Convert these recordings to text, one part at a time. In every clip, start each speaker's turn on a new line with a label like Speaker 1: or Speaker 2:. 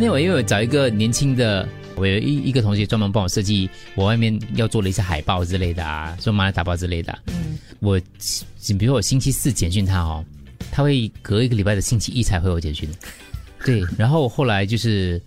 Speaker 1: 那我又有找一个年轻的，我有一一个同学专门帮我设计我外面要做的一些海报之类的啊，做马来打包之类的啊、
Speaker 2: 嗯，
Speaker 1: 我比如说我星期四简讯他哦，他会隔一个礼拜的星期一才回我简讯。对，然后后来就是，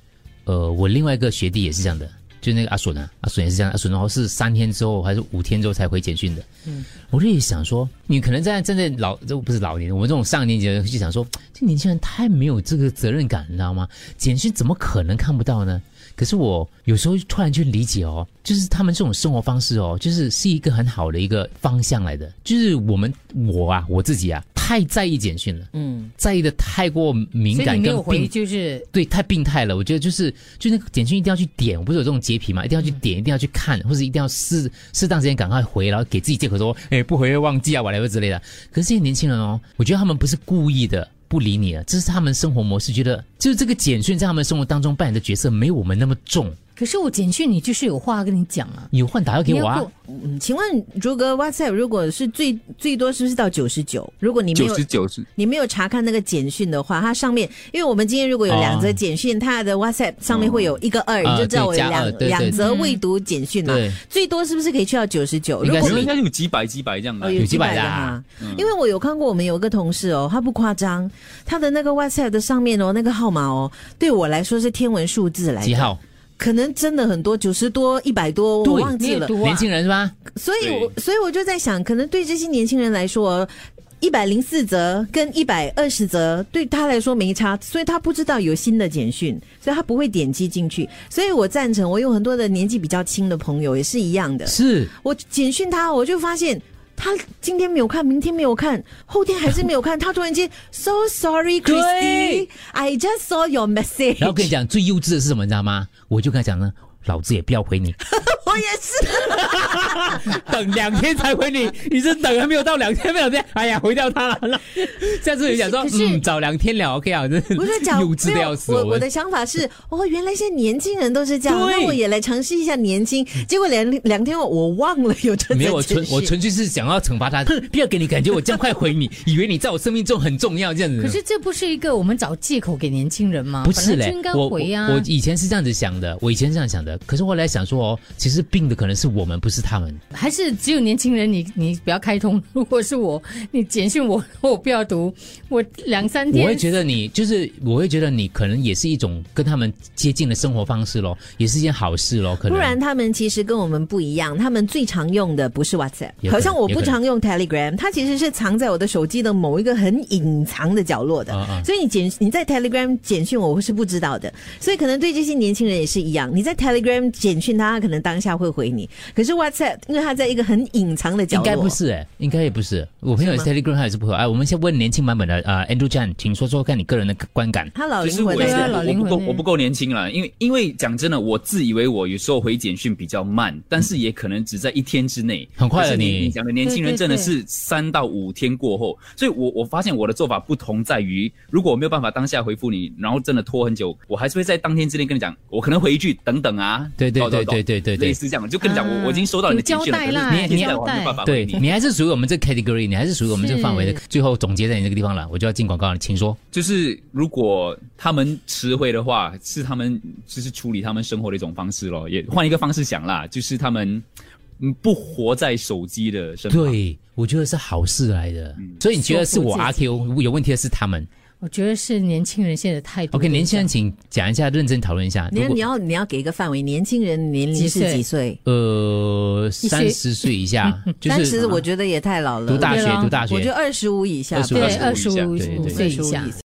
Speaker 1: 呃，我另外一个学弟也是这样的，就那个阿笋啊，阿笋也是这样，阿笋然后是三天之后还是五天之后才回简讯的。
Speaker 2: 嗯
Speaker 1: 嗯，我就也想说，你可能在站在老这不是老年，我们这种上年纪的人就想说，这年轻人太没有这个责任感，你知道吗？简讯怎么可能看不到呢？可是我有时候突然去理解哦，就是他们这种生活方式哦，就是是一个很好的一个方向来的。就是我们我啊我自己啊，太在意简讯了，
Speaker 2: 嗯，
Speaker 1: 在意的太过敏
Speaker 2: 所以
Speaker 1: 感
Speaker 2: 你没有
Speaker 1: 跟
Speaker 2: 回
Speaker 1: 病
Speaker 2: 就是
Speaker 1: 对，太病态了。我觉得就是，就那个简讯一定要去点，我不是有这种洁癖嘛，一定要去点，一定要去看，或者一定要适适当时间赶快回，然后给自己借口说， 哎，不回会忘记啊，完了之类的。可是这些年轻人哦，我觉得他们不是故意的不理你了，这是他们生活模式，觉得就是这个简讯在他们生活当中扮演的角色没有我们那么重。
Speaker 2: 可是我简讯你就是有话跟你讲啊。
Speaker 1: 有换打要给我啊
Speaker 2: 你要，过
Speaker 3: 嗯，请问如哥 WhatsApp 如果是最最多是不是到九十九？如果你没
Speaker 4: 九
Speaker 3: 有
Speaker 4: 十九是
Speaker 3: 你没有查看那个简讯的话，它上面，因为我们今天如果有两则
Speaker 1: 哦简
Speaker 3: 简讯，它的 WhatsApp 上面会有一个二，你就知道我
Speaker 1: 对
Speaker 3: 有
Speaker 1: 加二
Speaker 3: 两
Speaker 1: 对对
Speaker 3: 两则未读简讯嘛。
Speaker 1: 对，
Speaker 3: 最多是不是可以去到九十九？
Speaker 1: 应
Speaker 3: 如
Speaker 1: 该
Speaker 3: 果
Speaker 4: 没有应该有几百几百这样的
Speaker 3: 哦
Speaker 1: 有几百
Speaker 3: 的
Speaker 1: 的
Speaker 3: 哈
Speaker 1: 啊，
Speaker 3: 因为我有看过，我们有一个同事哦，他不夸张，他的那个 WhatsApp 的上面哦，那个号码哦，对我来说是天文数字来
Speaker 1: 几
Speaker 3: 的，
Speaker 1: 号？
Speaker 3: 可能真的很多，九十多、一百多，哎我
Speaker 1: 对
Speaker 3: 忘
Speaker 2: 你
Speaker 3: 记
Speaker 2: 有
Speaker 3: 了。
Speaker 2: 读啊
Speaker 1: 年轻人是吧？
Speaker 3: 所以我所以我就在想，可能对这些年轻人来说，一百零四则跟一百二十则对他来说没差，所以他不知道有新的简讯，所以他不会点击进去。所以我赞成，我有很多的年纪比较轻的朋友也是一样的，
Speaker 1: 是，
Speaker 3: 我简讯他，我就发现。他今天没有看，明天没有看，后天还是没有看。他突然间，so sorry, Christy, I just saw your message。
Speaker 1: 然后跟你，讲最幼稚的是什么，你知道吗？我就跟他讲呢，老子也不要回你，
Speaker 3: 我也是。
Speaker 1: 等两天才回 你，你是等还没有到两天，没有天，哎呀，回掉他了。那下次有想说
Speaker 2: 可，是
Speaker 1: 嗯，早两天了，OK 啊， 真是
Speaker 3: 我就讲，
Speaker 1: 幼稚的要死。
Speaker 3: 没有我我
Speaker 1: 们
Speaker 3: 的想法是，哦，原来现在年轻人都是这样，
Speaker 1: 对嗯
Speaker 3: 那我也来尝试一下年轻。结果两两天后我忘了有这
Speaker 1: 没有，我
Speaker 3: 则简
Speaker 1: 纯我
Speaker 3: 讯
Speaker 1: 纯粹是想要惩罚他， 哼不要给你感觉我这样快回你，以为你在我生命中很重要这样子。
Speaker 2: 可是这不是一个我们找借口给年轻人吗？
Speaker 1: 嗯不是
Speaker 2: 本来
Speaker 1: 嘞
Speaker 2: 就应该，
Speaker 1: 我我
Speaker 2: 回啊。
Speaker 1: 我以前是这样子想的，我以前是这样想的。可是后来想说哦，其实病的可能是我们，不是他们。
Speaker 2: 还是只有年轻人你，你不要开通。如果是我，你简讯我， 我不要读，我两三天。
Speaker 1: 我会觉得你就是，我会觉得你可能也是一种跟他们接近的生活方式咯，也是一件好事咯。可能
Speaker 3: 不然他们其实跟我们不一样，他们最常用的不是 WhatsApp，
Speaker 1: 也可能
Speaker 3: 好像我
Speaker 1: 也
Speaker 3: 不
Speaker 1: 可能
Speaker 3: 常用 Telegram，它其实是藏在我的手机的某一个很隐藏的角落的。
Speaker 1: 啊啊
Speaker 3: 所以你简你在 Telegram 简讯我是不知道的，所以可能对这些年轻人也是一样，你在 Telegram 简讯他，他可能当下会回你，可是 WhatsApp 因为它在一个很隐藏的角
Speaker 1: 应
Speaker 3: 落，
Speaker 1: 该不是哎、应该也不是。我朋友也是 Telegram，他也是不会。哎，我们先问年轻版本的啊、呃、，Andrew Chan，请说说看你个人的观感。
Speaker 3: 他老
Speaker 4: 其实
Speaker 3: 灵
Speaker 4: 我
Speaker 3: 魂
Speaker 4: 也
Speaker 3: 来
Speaker 4: 是
Speaker 2: 对啊
Speaker 3: 的。
Speaker 2: 老
Speaker 4: 我
Speaker 2: 灵
Speaker 4: 不
Speaker 2: 魂
Speaker 4: 够
Speaker 2: 欸
Speaker 4: 我不够年轻了，因为因为讲真的，我自以为我有时候回简讯比较慢，但是也可能只在一天之内。
Speaker 1: 很快了
Speaker 4: 可是
Speaker 1: 你
Speaker 4: 你讲的年轻人
Speaker 2: 嗯对对
Speaker 4: 真的
Speaker 2: 对
Speaker 4: 是三到五天过后，所以我我发现我的做法不同在于，如果我没有办法当下回复你，然后真的拖很久，我还是会在当天之内跟你讲，我可能回一句等等啊，
Speaker 1: 对对
Speaker 4: 搞搞
Speaker 1: 对
Speaker 4: 搞
Speaker 1: 对对对
Speaker 4: 类
Speaker 1: 对。
Speaker 4: 似这样，就跟你讲
Speaker 2: 啊
Speaker 4: 我我已经收到你的简讯了，
Speaker 2: 有
Speaker 4: 可
Speaker 2: 交代啦
Speaker 4: 是
Speaker 1: 你
Speaker 4: 现在
Speaker 2: 交
Speaker 4: 我
Speaker 2: 代
Speaker 4: 还没有办法
Speaker 1: 对
Speaker 4: 回 你。
Speaker 1: 你还是属于我们这 category，你还是属于我们这个范围的。最后总结在你这个地方了，我就要进广告了，请说。
Speaker 4: 就是如果他们迟回的话，是他们就是处理他们生活的一种方式咯。也换一个方式想啦，就是他们嗯不活在手机的身旁。，
Speaker 1: 对，我觉得是好事来的。
Speaker 3: 嗯
Speaker 1: 所以你觉得是我
Speaker 2: 说服
Speaker 1: 阿
Speaker 2: 自己
Speaker 1: Q 有问题的是他们
Speaker 2: 我觉得是年轻人现在的态度。
Speaker 1: ？OK，年轻人请讲一下，认真讨论一下。
Speaker 3: 你
Speaker 1: 如
Speaker 3: 要
Speaker 1: 果
Speaker 3: 你要你要给一个范围，年轻人年龄
Speaker 2: 几
Speaker 3: 是
Speaker 2: 岁
Speaker 3: 几岁？
Speaker 1: 呃
Speaker 2: 些
Speaker 1: 三十岁以 下，就
Speaker 3: 三
Speaker 1: 是
Speaker 3: 十我觉得也太老了，
Speaker 1: 读大学
Speaker 2: 对咯，
Speaker 1: 读大
Speaker 3: 我觉
Speaker 1: 学
Speaker 3: 得。二十五以下吧，
Speaker 1: 25
Speaker 2: 对
Speaker 4: 25
Speaker 2: 二十
Speaker 4: 以下
Speaker 2: 五
Speaker 4: 对
Speaker 2: 五
Speaker 4: 对
Speaker 2: 岁以下
Speaker 3: 25。